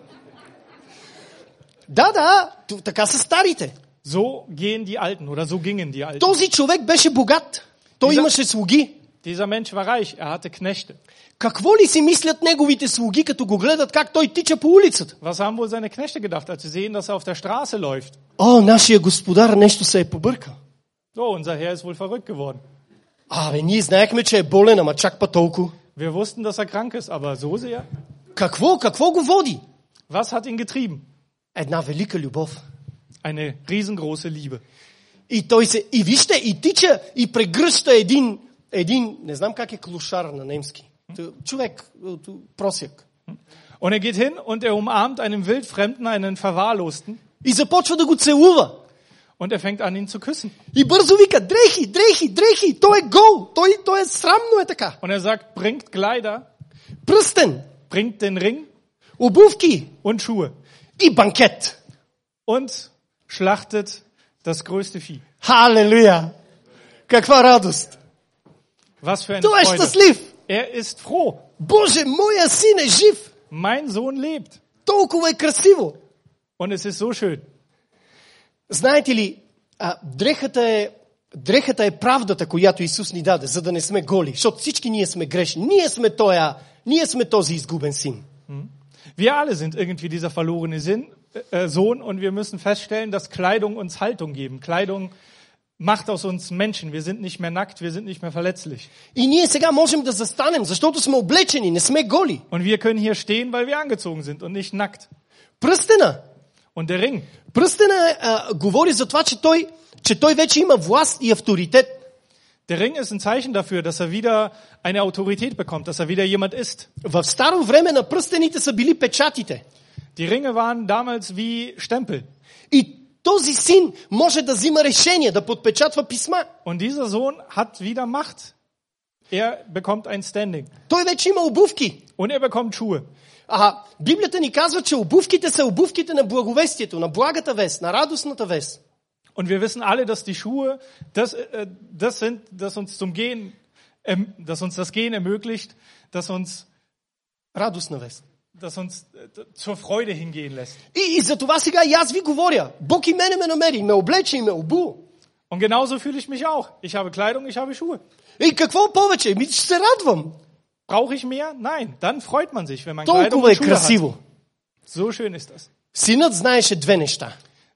S1: Да, да, т- така са старите.
S2: So gehen die Alten oder so gingen die Alten.
S1: Този човек беше богат. Той
S2: И за-
S1: имаше слуги.
S2: Dieser Mensch war reich, er hatte Knechte.
S1: Какво ли си мислят неговите слуги, като го гледат как той тича по улицата?
S2: Was haben wohl seine Knechte gedacht, als sie sehen, dass er auf der Straße läuft?
S1: О, нашия господар нещо се е побъркал.
S2: So, unser Herr ist wohl verrückt geworden.
S1: Абе, ние знаехме, че е болен, ама чак па толкова.
S2: Wir wussten, dass er krank ist, aber so sehr?
S1: Какво, какво го води?
S2: Was hat ihn getrieben?
S1: Една велика любов.
S2: Eine riesengroße Liebe.
S1: И той се, и вижте, и тича, и прегръща един, един, не знам как е клушар на немски. Т- Човек, от- просяк.
S2: Und er geht hin und er umarmt einen Wildfremden, einen Verwahrlosten,
S1: И започва да го целува.
S2: und er fängt an, ihn zu küssen.
S1: И бързо вика, дрехи, дрехи, дрехи, той е гол, той, той е срамно е така.
S2: Und er sagt, bringt Kleider,
S1: Пръстен,
S2: bringt den Ring
S1: обувки
S2: und Schuhe
S1: и банкет.
S2: und schlachtet das größte Vieh.
S1: Халелуя! Каква радост!
S2: Was für eine
S1: Той е
S2: Freude.
S1: щастлив!
S2: Er ist froh.
S1: Боже, моя син е жив!
S2: Mein Sohn lebt.
S1: Толкова е красиво!
S2: Und es ist so schön.
S1: Знаете ли, а, дрехата, е, дрехата е правдата, която Исус ни даде, за да не сме голи, защото всички ние сме грешни. Ние сме, тоя, ние сме този изгубен син.
S2: Wir alle sind irgendwie dieser verlorene Sinn, äh, Sohn und wir müssen feststellen, dass Kleidung uns Haltung geben. Kleidung macht aus uns Menschen. Wir sind nicht mehr nackt, wir sind nicht mehr verletzlich.
S1: И ние сега можем да застанем, защото сме облечени, не сме голи.
S2: Und wir können hier stehen, weil wir angezogen sind und nicht nackt.
S1: Пръстена!
S2: und der Ring.
S1: Пръстена а, говори за това, че той, че той вече има власт и авторитет.
S2: Der Ring ist ein Zeichen dafür, dass er wieder eine Autorität bekommt, dass er wieder jemand ist.
S1: В старо време на пръстените са били печатите.
S2: Die Ringe waren damals wie Stempel.
S1: И този син може да взима решение, да подпечатва писма.
S2: Und dieser Sohn hat wieder Macht. Er bekommt ein Standing.
S1: Той вече има обувки.
S2: Und er bekommt Schuhe.
S1: А Библията ни казва, че обувките са обувките на благовестието, на благата вест, на радостната вест.
S2: Und wir wissen alle, dass die Schuhe, das, äh, das sind, das uns zum Gehen, ähm, dass uns das Gehen ermöglicht, dass uns,
S1: Радостна вест.
S2: dass uns äh, zur Freude hingehen lässt.
S1: И, и за това сега и аз ви говоря. Бог и мене ме намери, и ме облече и ме обу.
S2: Und genauso fühle ich mich auch. Ich habe Kleidung, ich habe Schuhe.
S1: И какво повече? Ми ще се радвам.
S2: Brauche ich mehr? Nein. Dann freut man sich, wenn man Kleidung
S1: Толкова е
S2: und Schuhe hat.
S1: красиво.
S2: So schön ist das.
S1: Синът знаеше две неща.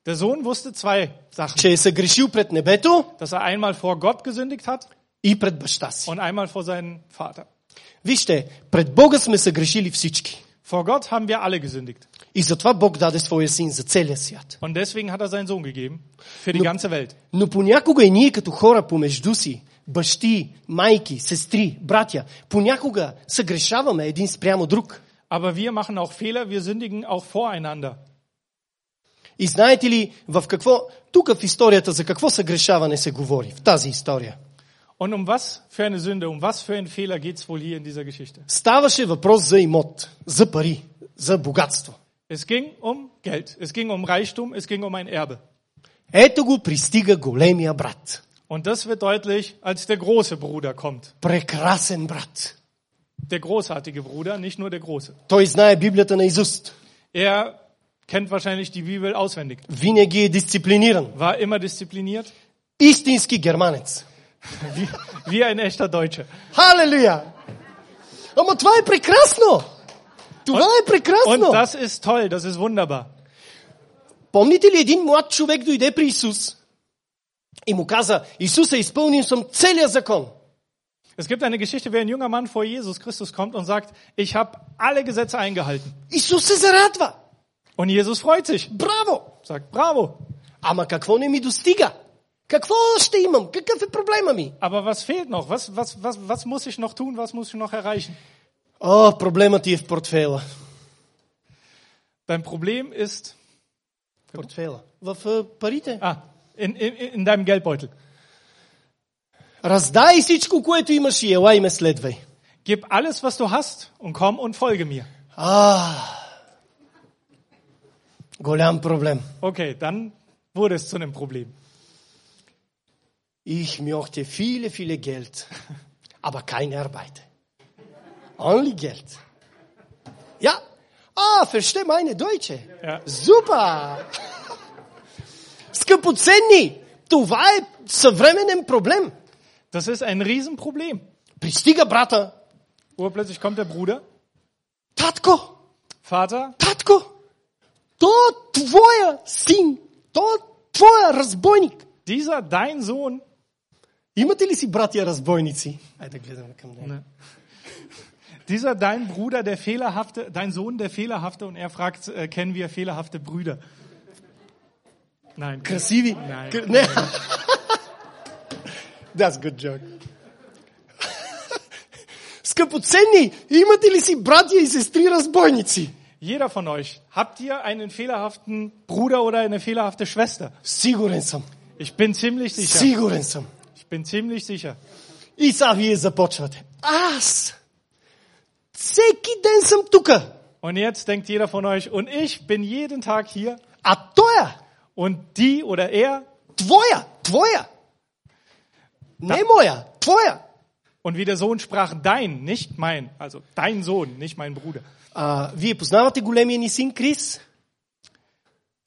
S2: Der Sohn wusste zwei Sachen.
S1: Че е съгрешил пред небето
S2: Dass er einmal vor Gott gesündigt hat
S1: и пред баща си.
S2: und einmal vor seinen Vater.
S1: Вижте, пред Бога сме съгрешили всички.
S2: Vor Gott haben wir alle gesündigt.
S1: И затова Бог даде своя син за целия свят.
S2: Und deswegen hat er seinen Sohn gegeben. Für die ganze Welt.
S1: Но понякога и ние като хора помежду си, бащи, майки, сестри, братя, понякога съгрешаваме един спрямо друг.
S2: Aber wir machen auch Fehler, wir sündigen auch voreinander.
S1: И знаете ли в какво, тук в историята за какво съгрешаване се говори, в тази история?
S2: Und um was für eine Sünde, um was für einen Fehler geht's wohl hier in dieser Geschichte?
S1: Ставаше въпрос за имот, за пари, за богатство.
S2: Es ging um Geld, es ging um Reichtum, es ging um ein Erbe.
S1: Ето го пристига големия брат.
S2: Und das wird deutlich, als der große Bruder kommt.
S1: Прекрасен брат.
S2: Der großartige Bruder, nicht nur der große.
S1: Той знае Библията на изуст.
S2: Er kennt wahrscheinlich die Bibel auswendig,
S1: Винаги е дисциплиниран.
S2: war immer diszipliniert,
S1: Истински германец.
S2: wie, wie ein echter Deutscher.
S1: Халелуя! Ама това е прекрасно! Това е
S2: Und
S1: прекрасно!
S2: das ist toll, das ist wunderbar.
S1: Помните ли един млад човек дойде при Исус и му каза, Исуса, изпълнил съм целия закон.
S2: Es gibt eine Geschichte, wie ein junger Mann vor Jesus Christus kommt und sagt, ich habe alle Gesetze eingehalten.
S1: Исус се зарадва!
S2: Und Jesus freut sich,
S1: Браво!
S2: sagt, bravo.
S1: Ама какво не ми достига? Какво още имам? Какъв е проблема ми?
S2: Aber was fehlt noch? Was, was, was, was muss ich noch tun? Was muss ich noch erreichen?
S1: О, проблема ти е в портфела.
S2: Dein Problem ist,
S1: Портфела. В е, парите.
S2: ah, in, in, in deinem Geldbeutel.
S1: Раздай всичко, което имаш и ела и ме следвай.
S2: Gib alles, was du hast und komm und folge mir.
S1: А, голям проблем.
S2: Okay, dann wurde es zu einem Problem.
S1: Ich möchte viele, viele Geld, aber keine Arbeit. Only Geld. Ja. А, verstehe meine Deutsche.
S2: Ja.
S1: Super! Скъпоценни! Това е съвременен проблем.
S2: Das ist ein Riesenproblem.
S1: Пристига брата.
S2: Urplötzlich kommt der Bruder,
S1: Татко!
S2: Vater,
S1: Татко! То твоя син! То твоя разбойник!
S2: dieser, dein Sohn,
S1: Имате ли си братия разбойници? Айде да гледаме към него.
S2: dieser, dein Bruder, der fehlerhafte, dein Sohn, der fehlerhafte, und er fragt, äh, kennen wir fehlerhafte Brüder? Nein.
S1: Красиви.
S2: Най-
S1: Кр- Не. That's good joke. Скъпоценни, имате ли си братя и сестри разбойници?
S2: Jeder von euch, habt ihr einen fehlerhaften Bruder oder eine fehlerhafte Schwester?
S1: Сигурен съм.
S2: Ich bin ziemlich sicher.
S1: Сигурен съм.
S2: Ich bin ziemlich sicher.
S1: И сега вие започвате. Аз всеки ден съм тука,
S2: Und jetzt denkt jeder von euch, und ich bin jeden Tag hier
S1: а тоя,
S2: und die oder er
S1: твоя, твоя, не моя, твоя.
S2: und wie der Sohn sprach, dein, nicht mein, also dein Sohn, nicht mein Bruder.
S1: А, вие познавате големия ни син Крис?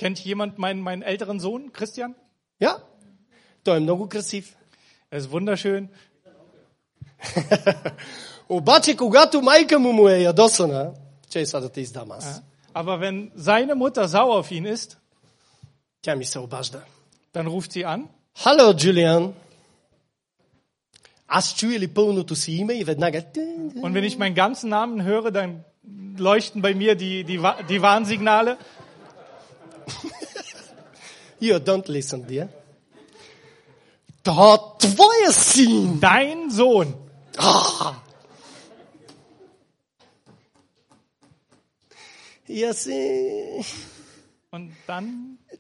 S2: Kennt jemand meinen, meinen älteren Sohn, Christian?
S1: Я? Той е много красив.
S2: Er ist wunderschön.
S1: Обаче, когато майка му му е ядосана, че сега да те издам аз,
S2: Aber wenn seine Mutter sauer auf ihn ist,
S1: тя ми се обажда.
S2: dann ruft sie an.
S1: Хало, Джулиан! Аз чуя ли пълното си име и веднага...
S2: Und wenn ich meinen ganzen Namen höre, dann leuchten bei mir die, die, Wa- die Warnsignale.
S1: You don't listen, dear. Da, твоя син.
S2: Dein Sohn.
S1: И аз е...
S2: Und dann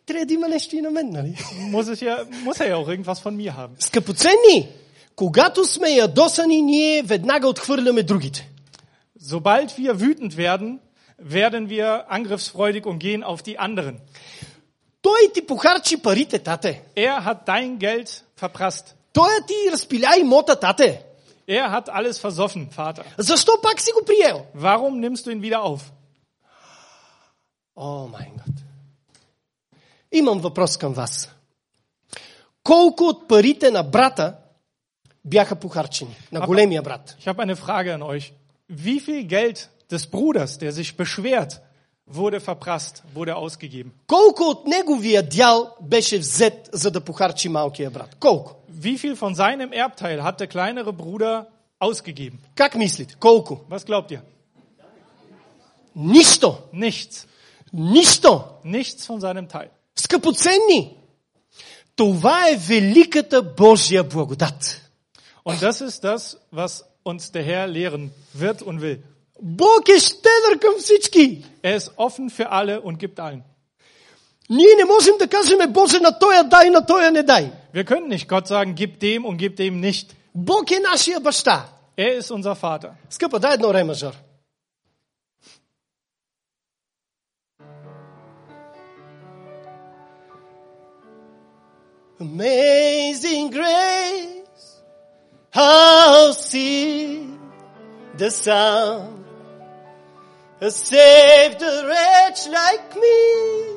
S1: Трябва да има нещо и на мен, нали?
S2: muss, es ja, muss er ja auch irgendwas von mir haben.
S1: Скъпоценни, когато сме ядосани, ние веднага отхвърляме другите.
S2: Sobald wir wütend werden, werden wir angriffsfreudig und gehen auf die anderen.
S1: Той ти похарчи парите, тате.
S2: Er hat dein Geld verprasst.
S1: Той ти разпиля имота, тате.
S2: Er hat alles versoffen, Vater.
S1: Защо пак си го приел?
S2: Warum nimmst du ihn wieder auf?
S1: О, май гот. Имам въпрос към вас. Колко от парите на брата бяха похарчени? На големия брат.
S2: Ich habe eine Frage an euch. Wie viel Geld des Bruders, der sich beschwert, wurde verprasst, wurde ausgegeben?
S1: Колко от неговия дял беше взет, за да похарчи малкия брат? Колко?
S2: Wie viel von seinem Erbteil hat der kleinere Bruder ausgegeben?
S1: Как мислите? Колко?
S2: Was glaubt ihr?
S1: Нищо!
S2: Nichts.
S1: Нищо!
S2: Nichts von seinem Teil.
S1: Скъпоценни! Това е великата Божия благодат.
S2: Und das ist das, was uns der Herr lehren wird und will.
S1: Бог е щедър към всички!
S2: Er ist offen für alle und gibt allen.
S1: Ние не можем да кажем, Боже, на тоя дай, на тоя не дай.
S2: Wir können nicht Gott sagen, gib dem und gib dem nicht.
S1: Бог е нашия баща.
S2: Er ist unser Vater.
S1: Скъпа, дай едно ремажор. Amazing grace, how see the sound that saved a wretch like me.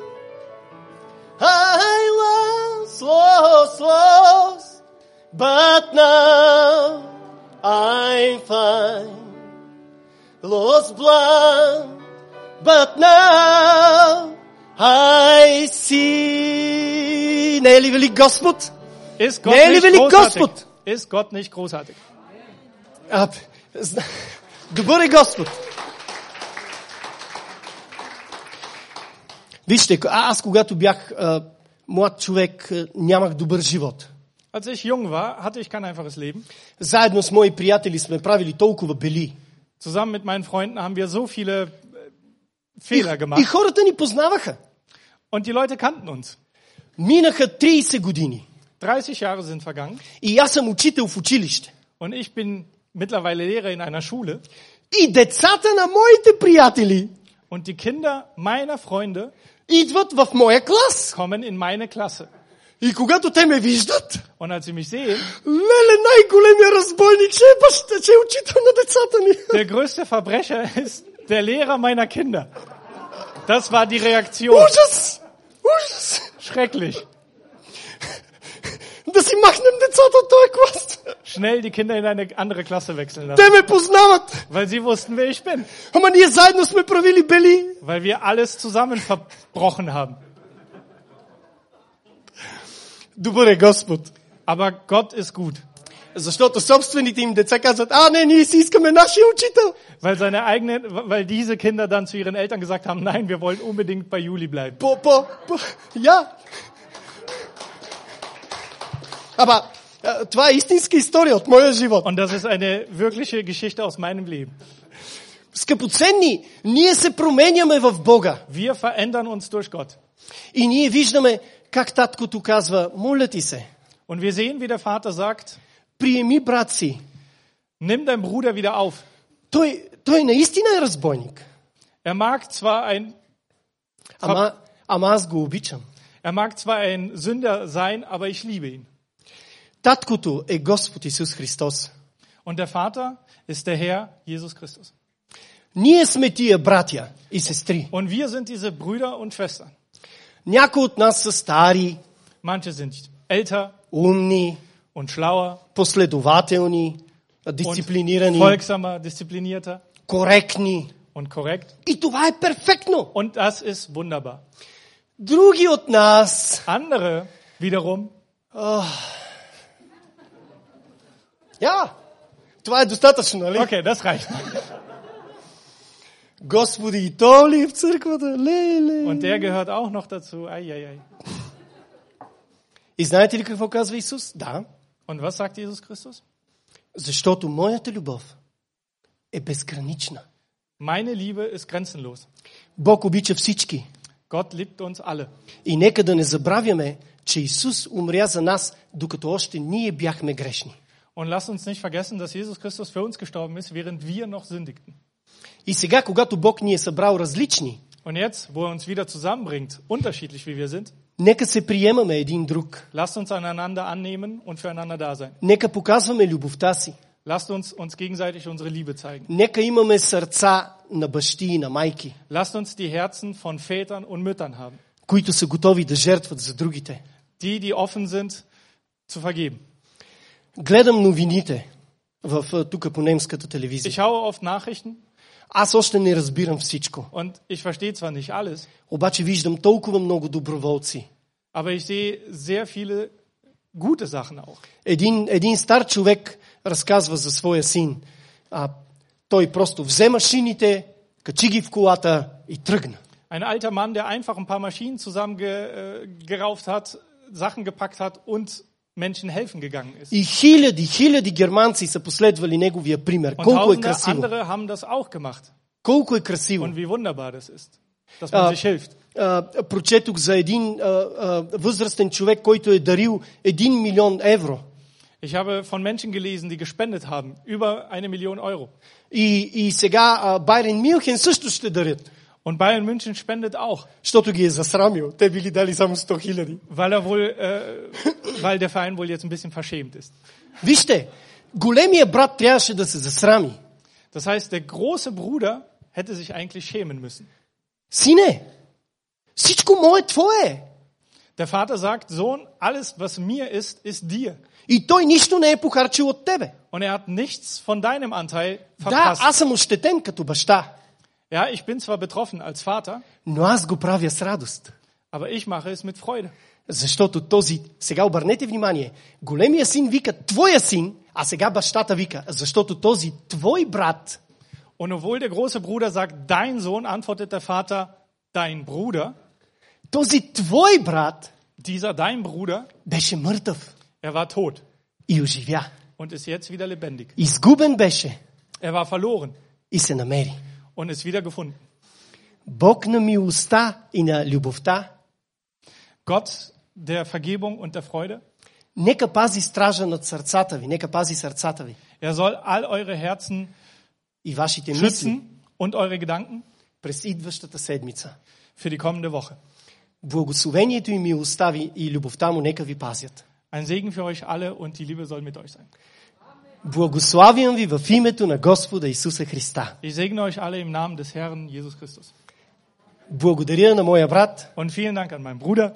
S1: I was lost, lost, but now I'm fine. Lost blind, but now I see. Не е ли велик Господ?
S2: Ist Gott
S1: Nee,
S2: nicht
S1: lieber
S2: großartig?
S1: Gott.
S2: Ist Gott nicht großartig?
S1: А, зна- добър е Господ. Вижте, а, аз когато бях а, млад човек, а, нямах добър живот.
S2: Als ich jung war, hatte ich kein einfaches Leben.
S1: Заедно с мои приятели сме правили толкова бели.
S2: Zusammen mit meinen Freunden haben wir so viele äh,
S1: И,
S2: Fehler
S1: и
S2: gemacht.
S1: хората ни познаваха.
S2: Und die Leute kannten uns.
S1: Минаха 30 години.
S2: 30 Jahre sind vergangen
S1: И аз съм учител в училище.
S2: und ich bin mittlerweile Lehrer in einer Schule.
S1: И децата на моите приятели
S2: Und die Kinder meiner Freunde
S1: идват в моя клас.
S2: kommen in meine Klasse.
S1: И когато те ме виждат,
S2: Und als sie mich sehen,
S1: леле най-големия разбойник ще е, баща, ще е учител на децата ни.
S2: der größte Verbrecher ist der Lehrer meiner Kinder. Das war die Reaktion.
S1: Ужас! Ужас!
S2: Schrecklich.
S1: Да си махнем децата от този клас.
S2: Schnell die Kinder in eine andere Klasse wechseln lassen,
S1: Те ме познават.
S2: weil sie wussten, wer ich bin.
S1: Ама ние заедно сме правили бели.
S2: Weil wir alles zusammen verbrochen haben.
S1: Добър е Господ.
S2: Aber Gott ist gut,
S1: Защото собствените им деца казват, а не, ние си искаме нашия учител.
S2: weil seine eigenen, weil diese Kinder dann zu ihren Eltern gesagt haben, nein, wir wollen unbedingt bei Juli bleiben.
S1: По, по, по, я. Ама, а, това е истинска история от моя живот.
S2: Und das ist eine wirkliche Geschichte aus meinem Leben.
S1: Скъпоценни, ние се променяме в Бога.
S2: Wir verändern uns durch Gott.
S1: И ние виждаме как таткото казва, моля ти се,
S2: Und wir sehen, wie der Vater sagt,
S1: приеми брат си.
S2: nimm deinen Bruder wieder auf.
S1: Той, той наистина е разбойник.
S2: Er mag zwar ein,
S1: Ама, ама аз го обичам.
S2: er mag zwar ein Sünder sein, aber ich liebe ihn.
S1: Таткото е Господ Исус Христос.
S2: Und der Vater ist der Herr Jesus Christus.
S1: Ние сме тия братя и сестри.
S2: Und wir sind diese Brüder und Schwestern.
S1: Някои от нас са стари,
S2: Manche sind älter
S1: умни,
S2: und schlauer
S1: последователни,
S2: und
S1: дисциплинирани,
S2: folgsamer, disziplinierter
S1: коректни.
S2: und korrekt.
S1: И това е перфектно.
S2: Und das ist wunderbar.
S1: Други от нас.
S2: Andere wiederum,
S1: Я! Това е достатъчно, нали?
S2: okay, das reicht.
S1: Господи, и то ли е в църквата? Леле!
S2: Und der gehört auch noch dazu. Eieiei.
S1: И знаете ли какво казва Исус? Да,
S2: Und was sagt Jesus Christus?
S1: защото моята любов е безгранична.
S2: Meine Liebe ist grenzenlos.
S1: Бог обича всички.
S2: Gott liebt uns alle.
S1: И нека да не забравяме, че Исус умря за нас, докато още ние бяхме грешни.
S2: Und lasst uns nicht vergessen, dass Jesus Christus für uns gestorben ist, während wir noch sündigten.
S1: И сега, когато Бог ни е събрал различни,
S2: Und jetzt, wo er uns wieder zusammenbringt, unterschiedlich wie wir sind,
S1: нека се приемаме един друг.
S2: lasst uns einander annehmen und füreinander da sein.
S1: Нека показваме любовта си.
S2: Lasst uns uns gegenseitig unsere Liebe zeigen.
S1: Нека имаме сърца на бащи и на майки,
S2: Lasst uns die Herzen von Vätern und Müttern haben,
S1: които са готови да жертват за другите.
S2: die, die offen sind, zu vergeben.
S1: Гледам новините в, а, тук по немската телевизия.
S2: Ich schaue oft Nachrichten
S1: Аз още не разбирам всичко.
S2: und ich verstehe zwar nicht alles,
S1: Обаче виждам толкова много доброволци.
S2: aber ich sehe sehr viele gute Sachen auch.
S1: Един, един стар човек разказва за своя син. А, той просто взе машините, качи ги в колата и тръгна.
S2: Ein alter Mann, der einfach ein paar Maschinen zusammengerauft hat, Sachen gepackt hat und Menschen helfen gegangen ist.
S1: И хиляди, хиляди германци са последвали неговия пример.
S2: Und
S1: Колко е
S2: tausende
S1: красиво!
S2: andere haben das auch gemacht.
S1: Колко е красиво!
S2: Und wie wunderbar das ist, dass man
S1: Ah.
S2: sich hilft.
S1: А, прочетох за един а, а, възрастен човек, който е дарил 1 милион евро.
S2: Ich habe von Menschen gelesen, die gespendet haben, über eine Million Euro.
S1: И, и сега а, Байрен Милхен също ще дарят,
S2: Und Bayern München spendet auch,
S1: защото ги е засрамил. Те били дали само 100 хиляди.
S2: weil er wohl, äh, weil der Verein wohl jetzt ein bisschen verschämt ist.
S1: Вижте, големия брат трябваше да се засрами.
S2: Das heißt, der große Bruder hätte sich eigentlich schämen müssen.
S1: Сине, всичко мое твое.
S2: Der Vater sagt, Sohn, alles, was mir ist, ist dir.
S1: И той нищо не е похарчил от тебе.
S2: Und er hat nichts von deinem Anteil
S1: Да,
S2: verpasst.
S1: аз съм ощетен като баща,
S2: Ja, ich bin zwar betroffen als Vater,
S1: но аз го правя с радост.
S2: aber ich mache es mit Freude.
S1: Защото този, сега обърнете внимание, големия син вика твоя син, а сега бащата вика, защото този твой брат
S2: Und obwohl der große Bruder sagt, dein Sohn, antwortet der Vater, dein Bruder.
S1: Този твой брат
S2: Dieser dein Bruder,
S1: беше мъртъв
S2: er war tot
S1: и оживя.
S2: und ist jetzt wieder lebendig.
S1: Изгубен беше
S2: Er war verloren
S1: и се намери.
S2: und ist wieder gefunden.
S1: Бог на милостта и на любовта,
S2: Gott der Vergebung und der Freude,
S1: нека пази стража над сърцата ви, нека пази сърцата ви
S2: er soll all eure Herzen
S1: и вашите мисли
S2: schützen und eure Gedanken
S1: през идващата седмица.
S2: für die kommende Woche.
S1: Благословението и милостта ви и любовта му нека ви пазят.
S2: Ein Segen für euch alle und die Liebe soll mit euch sein.
S1: Благославям ви в името на Господа Исуса Христа.
S2: Ich segne euch alle im Namen des Herrn Jesus Christus.
S1: Благодаря на моя брат
S2: Und vielen Dank an meinen Bruder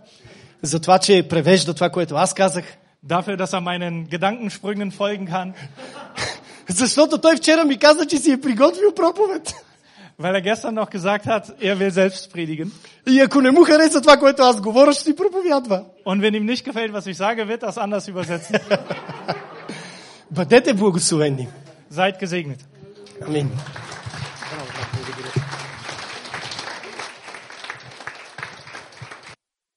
S1: за това, че превежда това, което аз казах.
S2: dafür, dass er meinen Gedankensprüngen folgen kann,
S1: Защото той вчера ми каза, че си е приготвил проповед.
S2: weil er gestern noch gesagt hat, er will selbst predigen.
S1: И ако не му хареса това, което аз говоря, ще си проповядва.
S2: Und wenn ihm nicht gefällt, was ich sage, wird das anders übersetzen.
S1: Бъдете благословени.
S2: Seid gesegnet.
S1: Амин.
S2: Genau, das wurde geredet.